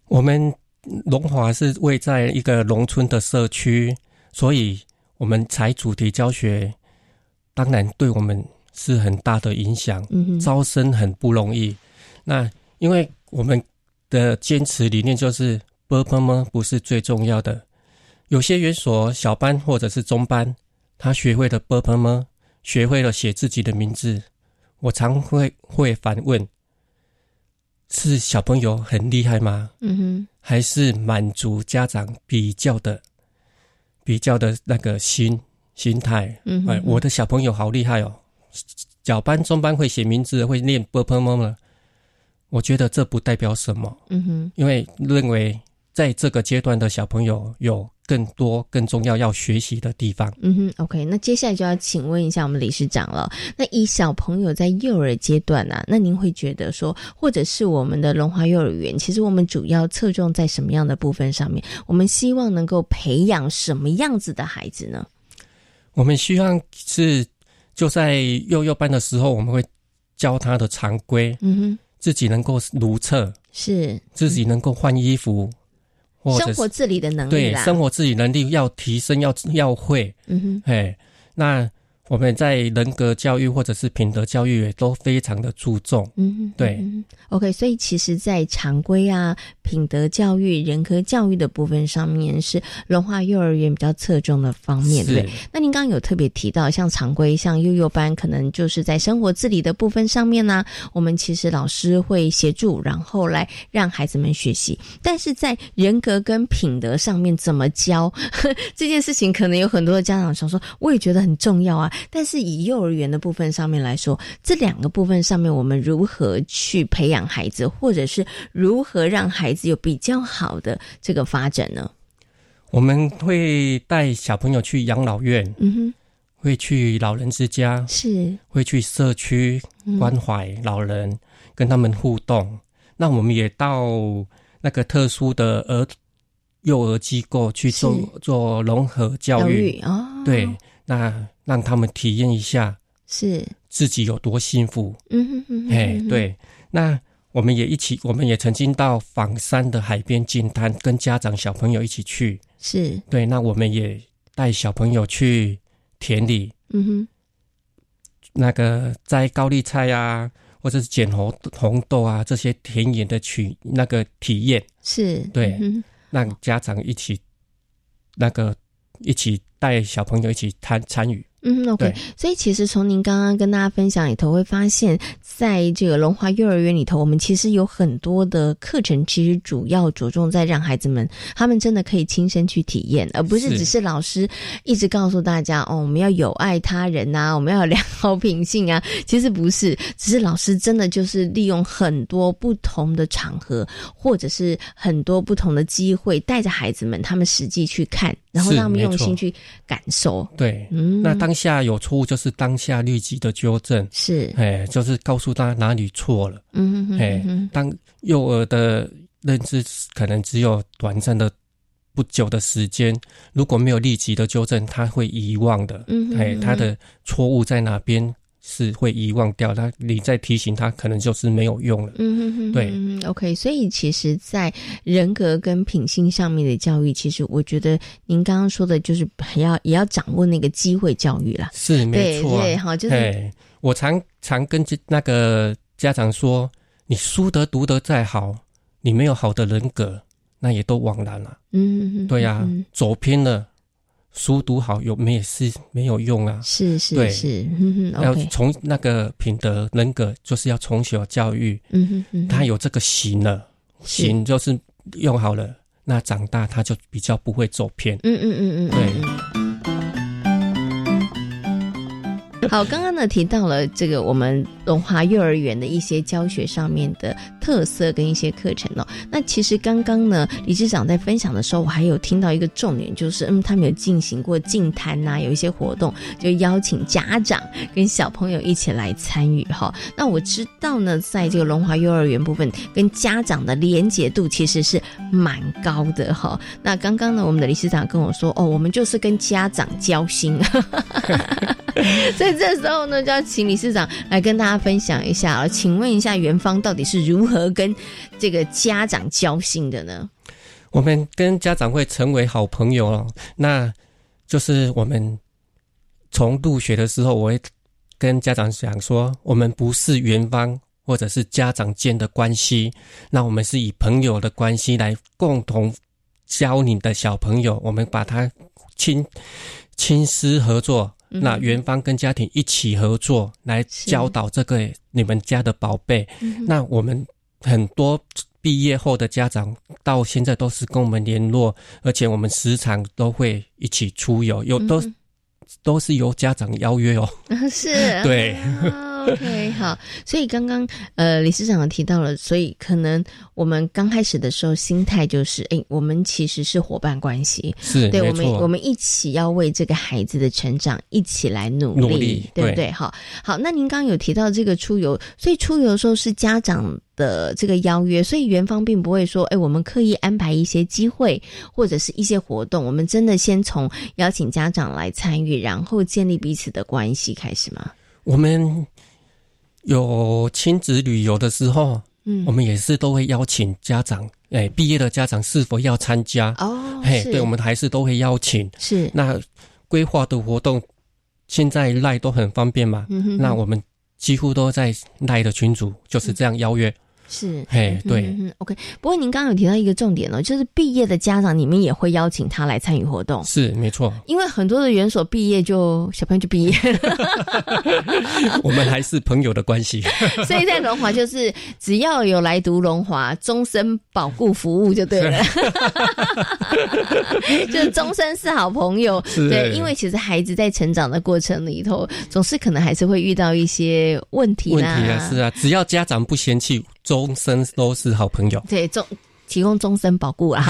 我们龙华是位在一个农村的社区，所以我们采主题教学，当然对我们。是很大的影响，嗯招生很不容易。嗯、那因为我们的坚持理念就是“波波么”不是最重要的。有些园所小班或者是中班，他学会了“波波么”，学会了写自己的名字。我常会会反问：是小朋友很厉害吗？嗯哼，还是满足家长比较的比较的那个心心态？嗯哼，哎，我的小朋友好厉害哦。小班、中班会写名字，会念 b p m 了。我觉得这不代表什么，嗯哼，因为认为在这个阶段的小朋友有更多、更重要要学习的地方。嗯哼，OK，那接下来就要请问一下我们理事长了。那以小朋友在幼儿阶段啊，那您会觉得说，或者是我们的龙华幼儿园，其实我们主要侧重在什么样的部分上面？我们希望能够培养什么样子的孩子呢？我们希望是。就在幼幼班的时候，我们会教他的常规，嗯哼，自己能够如厕，是自己能够换衣服，或者生活自理的能力，对，生活自理能力要提升，要要会，嗯哼，哎，那我们在人格教育或者是品德教育也都非常的注重，嗯哼，对嗯哼，OK，所以其实，在常规啊、品德教育、人格教育的部分上面，是龙华幼儿园比较侧重的方面，对。那您刚刚有特别提到，像常规、像幼幼班，可能就是在生活自理的部分上面呢、啊，我们其实老师会协助，然后来让孩子们学习。但是在人格跟品德上面怎么教 这件事情，可能有很多的家长想说，我也觉得很重要啊。但是以幼儿园的部分上面来说，这两个部分上面，我们如何去培养孩子，或者是如何让孩子有比较好的这个发展呢？我们会带小朋友去养老院，嗯哼，会去老人之家，是会去社区关怀老人，嗯、跟他们互动。那我们也到那个特殊的儿幼儿机构去做做融合教育啊，哦、对，那让他们体验一下是自己有多幸福。嗯哼嗯哼,嗯哼，哎，对，那。我们也一起，我们也曾经到仿山的海边净滩，跟家长、小朋友一起去。是对，那我们也带小朋友去田里，嗯哼，那个摘高丽菜啊，或者是捡红红豆啊，这些田野的取那个体验。是对，嗯、让家长一起那个一起带小朋友一起参参与。嗯，OK，所以其实从您刚刚跟大家分享里头，会发现，在这个龙华幼儿园里头，我们其实有很多的课程，其实主要着重在让孩子们他们真的可以亲身去体验，而不是只是老师一直告诉大家哦，我们要有爱他人呐、啊，我们要有良好品性啊。其实不是，只是老师真的就是利用很多不同的场合，或者是很多不同的机会，带着孩子们他们实际去看，然后让他们用心去感受。对，嗯，那当。当下有错误就是当下立即的纠正，是，哎，就是告诉他哪里错了。嗯哼,哼,哼，哎，当幼儿的认知可能只有短暂的不久的时间，如果没有立即的纠正，他会遗忘的。嗯哼,哼，哎，他的错误在哪边？是会遗忘掉他，你再提醒他，可能就是没有用了。嗯哼哼，对，OK。所以其实，在人格跟品性上面的教育，其实我觉得您刚刚说的就是还要也要掌握那个机会教育啦。是，没错、啊。对，好，就是。我常常跟那个家长说，你书得读得再好，你没有好的人格，那也都枉然了、啊。嗯哼，对呀、啊，嗯、走偏了。书读好有没也是没有用啊，是是是，嗯、哼要从那个品德人格，就是要从小教育。嗯哼,嗯哼，他有这个行了，行就是用好了，那长大他就比较不嗯会走偏。嗯嗯嗯嗯，对。好，刚刚呢提到了这个我们龙华幼儿园的一些教学上面的特色跟一些课程哦。那其实刚刚呢，理事长在分享的时候，我还有听到一个重点，就是嗯，他们有进行过净坛呐，有一些活动，就邀请家长跟小朋友一起来参与哈、哦。那我知道呢，在这个龙华幼儿园部分，跟家长的连结度其实是蛮高的哈、哦。那刚刚呢，我们的理事长跟我说，哦，我们就是跟家长交心。 所以这时候呢，就要请理事长来跟大家分享一下啊，请问一下元芳到底是如何跟这个家长交心的呢？我们跟家长会成为好朋友哦，那就是我们从入学的时候，我会跟家长讲说，我们不是元芳或者是家长间的关系，那我们是以朋友的关系来共同教你的小朋友，我们把他亲亲师合作。那园方跟家庭一起合作来教导这个你们家的宝贝。嗯、那我们很多毕业后的家长到现在都是跟我们联络，而且我们时常都会一起出游，有都、嗯、都是由家长邀约哦。 是，啊对。 OK，好，所以刚刚呃，理事长提到了，所以可能我们刚开始的时候心态就是，哎、欸，我们其实是伙伴关系，是对，我们我们一起要为这个孩子的成长一起来努力，努力对不对？好，好，那您刚刚有提到这个出游，所以出游的时候是家长的这个邀约，所以园方并不会说，哎、欸，我们刻意安排一些机会或者是一些活动，我们真的先从邀请家长来参与，然后建立彼此的关系开始吗？我们。有亲子旅游的时候，嗯，我们也是都会邀请家长，哎、欸，毕业的家长是否要参加？哦，嘿，对，我们还是都会邀请。是，那规划的活动现在赖都很方便嘛，嗯哼,哼，那我们几乎都在赖的群组就是这样邀约。嗯是，嘿，对、嗯嗯、，OK。不过您刚刚有提到一个重点呢、哦，就是毕业的家长，你们也会邀请他来参与活动，是 没错。因为很多的园所毕业就小朋友就 毕业了，我们还是朋友的关系。所以在龙华就是只要有来读龙华，终身保固服务就对 了， 就是终身是好朋友。对，因为其实孩子在成长的过程里头，总是可能还是会遇到一些问题啦。问题啊，是啊，只要家长不嫌弃。终身都是好朋友，对，终提供终身保固 啊，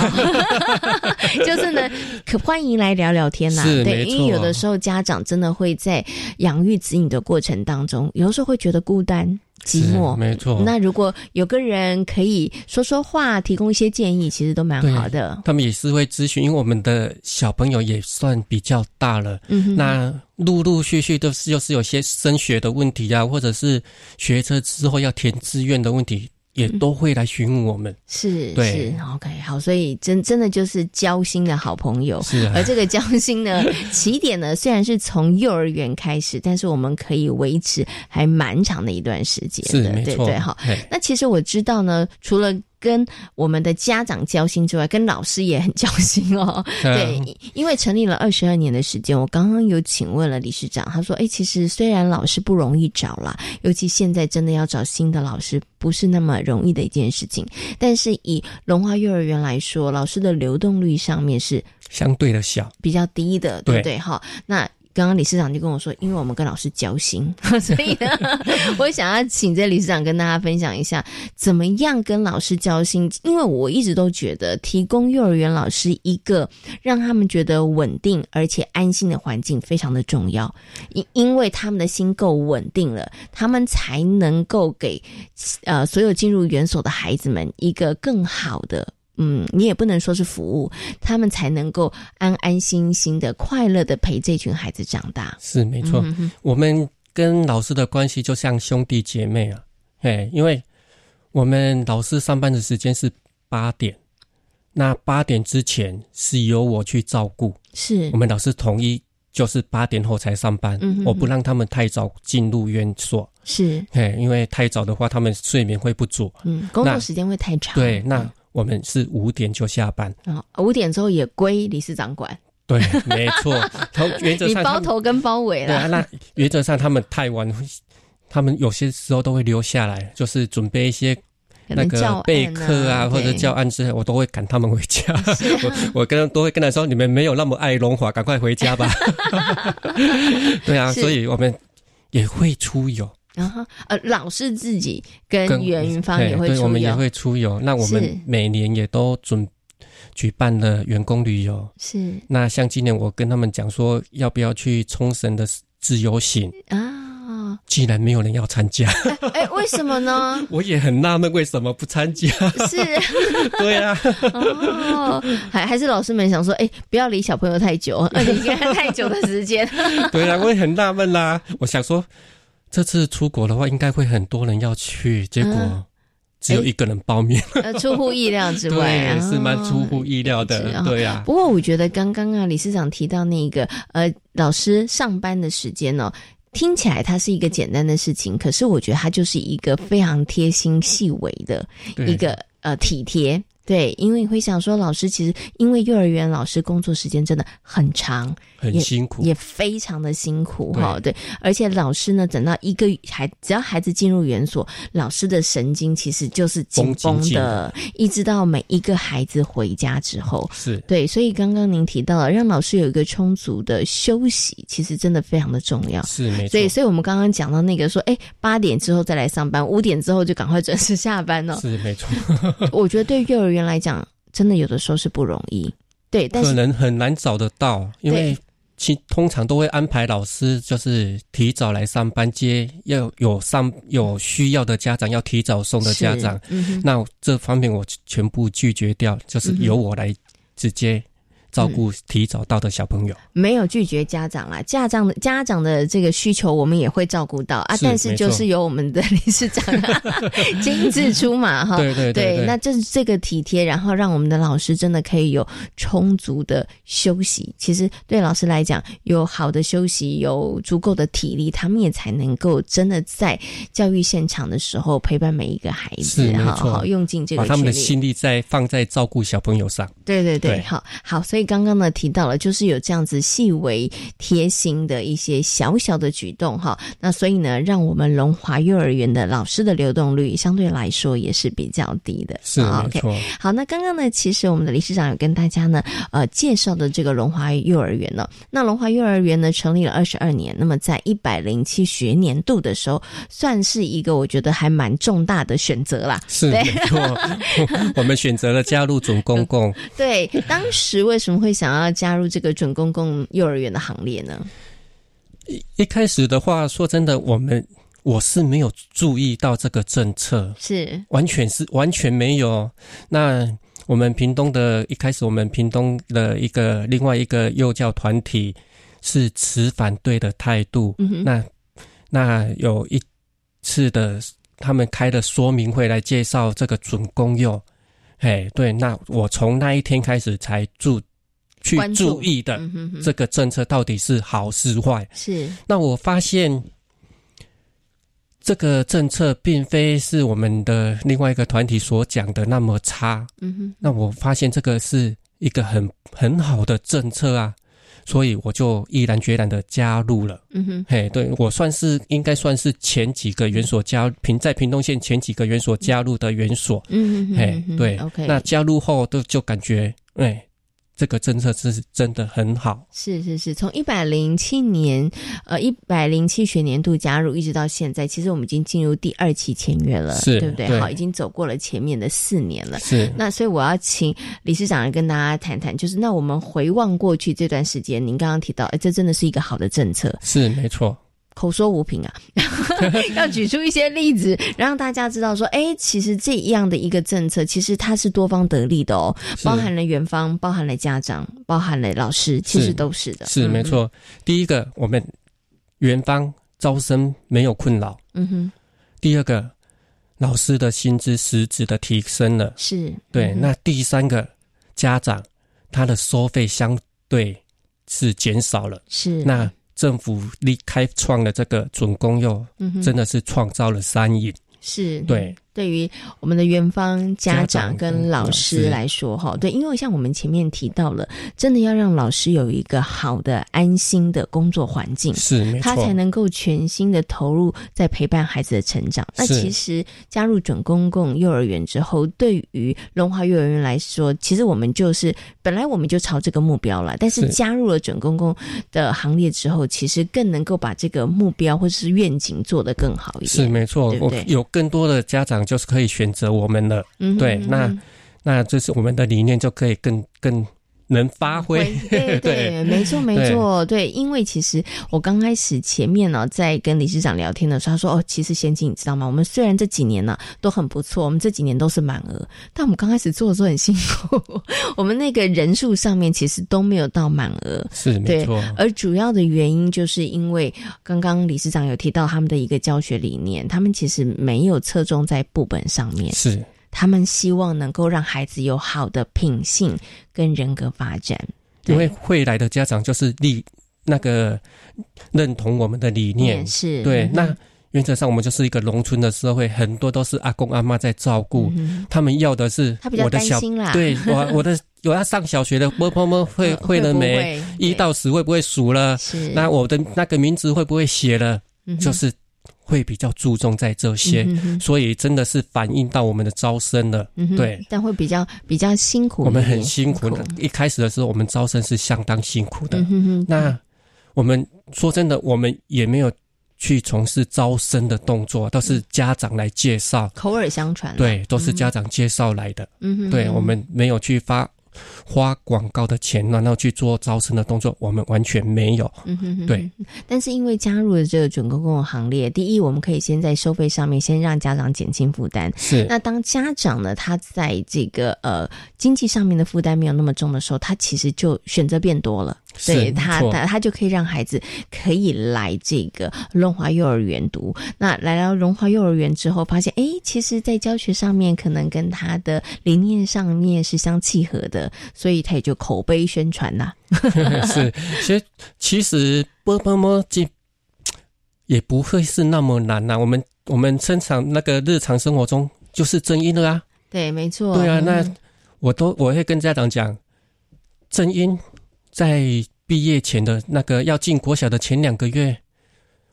就是呢，可欢迎来聊聊天呐、啊，对，因为有的时候家长真的会在养育子女的过程当中，有的时候会觉得孤单。寂寞没错，那如果有个人可以说说话，提供一些建议，其实都蛮好的。他们也是会咨询，因为我们的小朋友也算比较大了，嗯，那陆陆续续都是又是有些升学的问题啊，或者是学车之后要填志愿的问题。也嗯都会来询问我们，是是 OK 好，所以真真的就是交心的好朋友，是、啊、 而这个交心呢，起点呢虽然是从幼儿园开始，但是我们可以维持还蛮长的一段时间的，对对哈。那其实我知道呢，除了跟我们的家长交心之外，跟老师也很交心哦。对，因为成立了二十二年的时间，我刚刚有请问了理事长，他说：“哎，其实虽然老师不容易找啦，尤其现在真的要找新的老师，不是那么容易的一件事情。但是以龙华幼儿园来说，老师的流动率上面是相对的小，比较低的，对不对？哈，那。”刚刚理事长就跟我说，因为我们跟老师交心， 所以呢，我想要请这理事长跟大家分享一下，怎么样跟老师交心。因为我一直都觉得，提供幼儿园老师一个让他们觉得稳定而且安心的环境非常的重要，因因为他们的心够稳定了，他们才能够给呃所有进入园所的孩子们一个更好的。嗯，你也不能说是服务，他们才能够安安心心的、快乐的陪这群孩子长大。是没错，嗯、我们跟老师的关系就像兄弟姐妹啊，哎，因为我们老师上班的时间是八点，那八点之前是由我去照顾，是我们老师统一就是八点后才上班，嗯嗯、哼哼我不让他们太早进入院所，是，哎，因为太早的话，他们睡眠会不足，嗯，工作时间会太长，对，那。嗯我们是五点就下班啊，五、哦、点之后也归理事长管。对，没 错。从原则上，你包头跟包尾了。对啊，那原则上他们太晚，他们有些时候都会留下来，就是准备一些那个备课啊，啊或者教案之类，我都会赶他们回家。啊、 我我跟都会跟 他说，你们没有那么爱龙华，赶快回家吧。对啊，所以我们也会出游。然后呃，老师自己跟袁云芳也会出游，对我们也会出游。那我是们每年也都准举办了员工旅游。是那像今年我跟他们讲说，要不要去冲绳的自由行？啊，既然没有人要参加，哎，为什么呢？ 我也很纳闷为什么不参加。是对啊，哦，还还是老师们想说，哎，不要离小朋友太久， 离他太久的时间。 对啊，我也很纳闷啦。我想说，这次出国的话，应该会很多人要去，结嗯果只有一个人报名，呃，出乎意料之外，对，啊是蛮出乎意料的。哦对啊，不过我觉得刚刚啊，理事长提到那个呃，老师上班的时间哦。听起来它是一个简单的事情，可是我觉得它就是一个非常贴心细微的对一个呃体贴。对，因为你会想说，老师其实因为幼儿园老师工作时间真的很长，很也辛苦也非常的辛苦对哈、对，而且老师呢，等到一个孩，只要孩子进入园所，老师的神经其实就是紧绷紧绷紧的的，一直到每一个孩子回家之后，是对，所以刚刚您提到了让老师有一个充足的休息，其实真的非常的重要。是没啊所错以，，所以我们刚刚讲到那个说，哎，八点之后再来上班，五点之后就赶快准时下班了、是没错，我觉得对幼儿园来讲，真的有的时候是不容易。对， 但可是能很难找得到，因为对。其通常都会安排老师，就是提早来上班接，要有上有需要的家长要提早送的家是长，嗯哼那这方面我全部拒绝掉，就是嗯哼嗯由我来直接照顾提早到的小朋友。没有拒绝家长啦，家长的家长的这个需求我们也会照顾到啊，是但是没就错是由我们的理事长 亲自出马哈，对对对对啊那就是这个体贴，然后让我们的老师真的可以有充足的休息。其实对老师来讲，有好的休息，有足够的体力，他们也才能够真的在教育现场的时候陪伴每一个孩子是，没哈，错好用尽这个把他们的全力心力在放在照顾小朋友上。对对对，对好好，所以刚刚呢提到了，就是有这样子细微贴心的一些小小的举动哈。那所以呢，让我们龙华幼儿园的老师的流动率相对来说也是比较低的。是啊没 OK，错好，那刚刚呢，其实我们的理事长有跟大家呢，呃，介绍的这个龙华幼儿园呢、那龙华幼儿园呢成立了二十二年，那么在一百零七学年度的时候，算是一个我觉得还蛮重大的选择啦。是对没错，我们选择了加入准公共， 对，当时为什么会想要加入这个准公共幼儿园的行列呢？一开始的话，说真的，我们我是没有注意到这个政策，是完全是完全没有。那我们屏东的一开始，我们屏东的一个另外一个幼教团体是持反对的态度。嗯哼那那有一次的，他们开的说明会来介绍这个准公幼。哎，对，那我从那一天开始才注去关注注意的嗯哼哼这个政策到底是好是坏。是那我发现这个政策并非是我们的另外一个团体所讲的那么差。嗯哼那我发现这个是一个很很好的政策啊，所以我就毅然决然的加入了。嗯哼嘿，对我算是应该算是前几个园所加平在屏东县前几个园所加入的园所。嗯哼哼嘿嗯，哼对 OK 那加入后都就感觉，哎，这个政策是真的很好。是是是，从一百零七年，呃，一百零七学年度加入，一直到现在，其实我们已经进入第二期签约了，是对不对？对好，已经走过了前面的四年了。是那所以我要请理事长来跟大家谈谈，就是那我们回望过去这段时间，您刚刚提到，哎，这真的是一个好的政策，是没错。口说无凭啊， 要举出一些例子，让大家知道说，哎，其实这样的一个政策，其实它是多方得利的哦，是包含了园方，包含了家长，包含了老师，其实都是的，是嗯没。错。第一个，我们园方招生没有困扰；嗯哼，第二个，老师的薪资实质的提升了，是对。嗯哼那第三个，家长他的收费相对是减少了，是那。政府力开创了这个准公幼，嗯哼嗯真的是创造了三赢。是对，对于我们的园方家长跟老师来说，哈，对，因为像我们前面提到了，真的要让老师有一个好的、安心的工作环境，是，嗯他才能够全心的投入在陪伴孩子的成长。那其实加入准公共幼儿园之后，对于龙华幼儿园来说，其实我们就是本来我们就朝这个目标了，但是加入了准公共的行列之后，其实更能够把这个目标或者是愿景做得更好一点。是没错，对对我有更多的家长。就是可以选择我们了，嗯哼对，嗯哼那那就是我们的理念就可以更更能发挥， 对对，没错没错，对，因为其实我刚开始前面呢、在跟理事长聊天的时候，他说哦，其实贤金你知道吗？我们虽然这几年呢、都很不错，我们这几年都是满额，但我们刚开始做的时候很辛苦， 我们那个人数上面其实都没有到满额，是没对呃错，，而主要的原因就是因为刚刚理事长有提到他们的一个教学理念，他们其实没有侧重在部本上面，是他们希望能够让孩子有好的品性跟人格发展。对因为会来的家长就是理那个认同我们的理念，嗯是对嗯哼，那。原则上，我们就是一个农村的社会，很多都是阿公阿妈在照顾，嗯哼他们要的是他比较我的担小心啦对我我的有要上小学的，波 波波会会会了不没呃会？一到十会不会数了？是那我的那个名字会不会写了？嗯哼就是会比较注重在这些，嗯哼哼所以真的是反映到我们的招生了。嗯哼对，，但会比较比较辛苦一我点，们很辛苦的。一开始的时候，我们招生是相当辛苦的。嗯哼哼那我们说真的，我们也没有去从事招生的动作，都是家长来介绍，口耳相传啦，对，都是家长介绍来的。嗯哼对嗯我们没有去发花广告的钱，然后去做招生的动作，我们完全没有。嗯哼哼对，但是因为加入了这个准公共的行列，第一，我们可以先在收费上面先让家长减轻负担。是那当家长呢，他在这个呃经济上面的负担没有那么重的时候，他其实就选择变多了。是对没他，错他他就可以让孩子可以来这个龙华幼儿园读。那来到龙华幼儿园之后，发现诶，其实，在教学上面可能跟他的理念上面是相契合的，所以他也就口碑宣传呐、 是，其实其实波波摸这也不会是那么难啊呐、我们我们生产那个日常生活中就是正音了啊。对，没错。对啊，嗯那我都我会跟家长讲，正音在毕业前的那个要进国小的前两个月，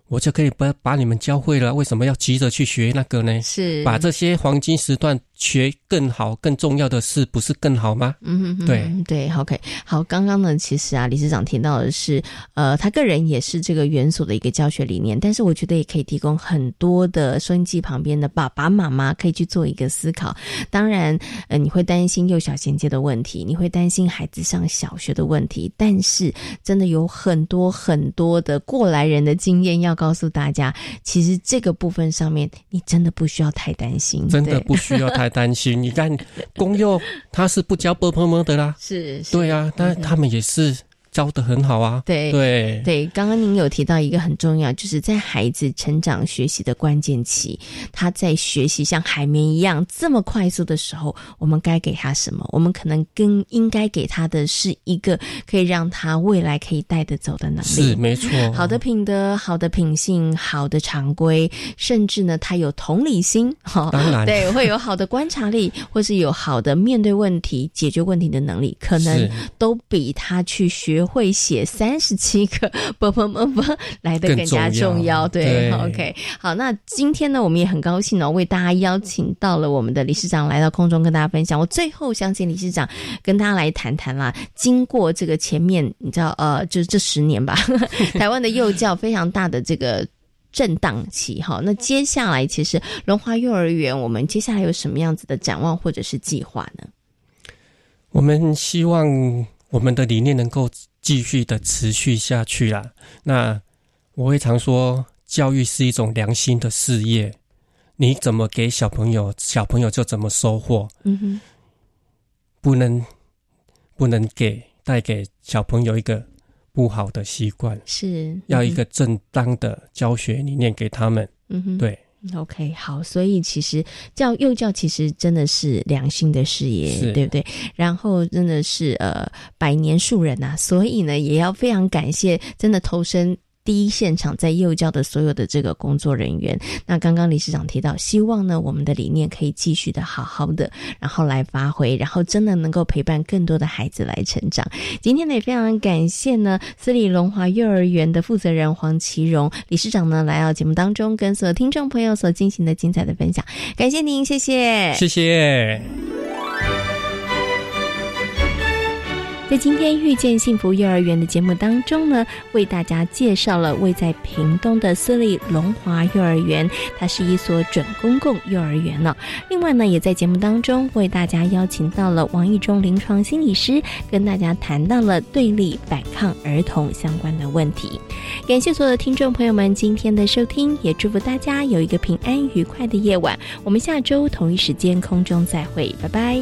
我就可以把把你们教会了。为什么要急着去学那个呢？是把这些黄金时段学更好、更重要的事，不是更好吗？嗯哼对哼对，OK，好，刚刚呢，其实啊，理事长提到的是，呃，他个人也是这个园所的一个教学理念，但是我觉得也可以提供很多的收音机旁边的爸爸妈妈可以去做一个思考。当然，呃，你会担心幼小衔接的问题，你会担心孩子上小学的问题，但是真的有很多很多的过来人的经验要告诉大家，其实这个部分上面你真的不需要太担心，真的对不需要太担心。你看，公幼它是不教波波摸的啦，是是对啊，那他们也是教的很好啊。对对对，刚刚您有提到一个很重要，就是在孩子成长学习的关键期，他在学习像海绵一样这么快速的时候，我们该给他什么？我们可能更应该给他的是一个可以让他未来可以带得走的能力。是没错。好的品德、好的品性、好的常规，甚至呢，他有同理心，哈、当然对，会有好的观察力，或是有好的面对问题、解决问题的能力，可能是都比他去学会写三十七个 啵啵啵啵来的更加更重要重要。对对 o k 好，那今天呢，我们也很高兴哦，为大家邀请到了我们的理事长来到空中跟大家分享。我最后相信理事长跟大家来谈谈啦，经过这个前面你知道呃， 就是这十年吧，台湾的幼教非常大的这个。震荡期哈，那接下来其实龙华幼儿园，我们接下来有什么样子的展望或者是计划呢？我们希望我们的理念能够继续的持续下去啦。那我会常说，教育是一种良心的事业，你怎么给小朋友，小朋友就怎么收获，嗯哼，不能不能给带给小朋友一个不好的习惯，是要一个正当的教学理念给他们。嗯哼，对， OK，好，所以其实教幼教其实真的是良心的事业，是对不对？然后真啊的是呃百年树人呐、所以呢也要非常感谢真的投身。第一现场在幼教的所有的这个工作人员。那刚刚理事长提到，希望呢我们的理念可以继续的好好的，然后来发挥，然后真的能够陪伴更多的孩子来成长。今天呢也非常感谢呢私立龙华幼儿园的负责人黄其荣理事长呢来到节目当中，跟所有听众朋友所进行的精彩的分享，感谢您，谢谢，谢谢。在今天遇见幸福幼儿园的节目当中呢，为大家介绍了位在屏东的私立龙华幼儿园，它是一所准公共幼儿园呢、哦。另外呢，也在节目当中为大家邀请到了王义忠临床心理师，跟大家谈到了对立反抗儿童相关的问题。感谢所有的听众朋友们今天的收听，也祝福大家有一个平安愉快的夜晚。我们下周同一时间空中再会，拜拜。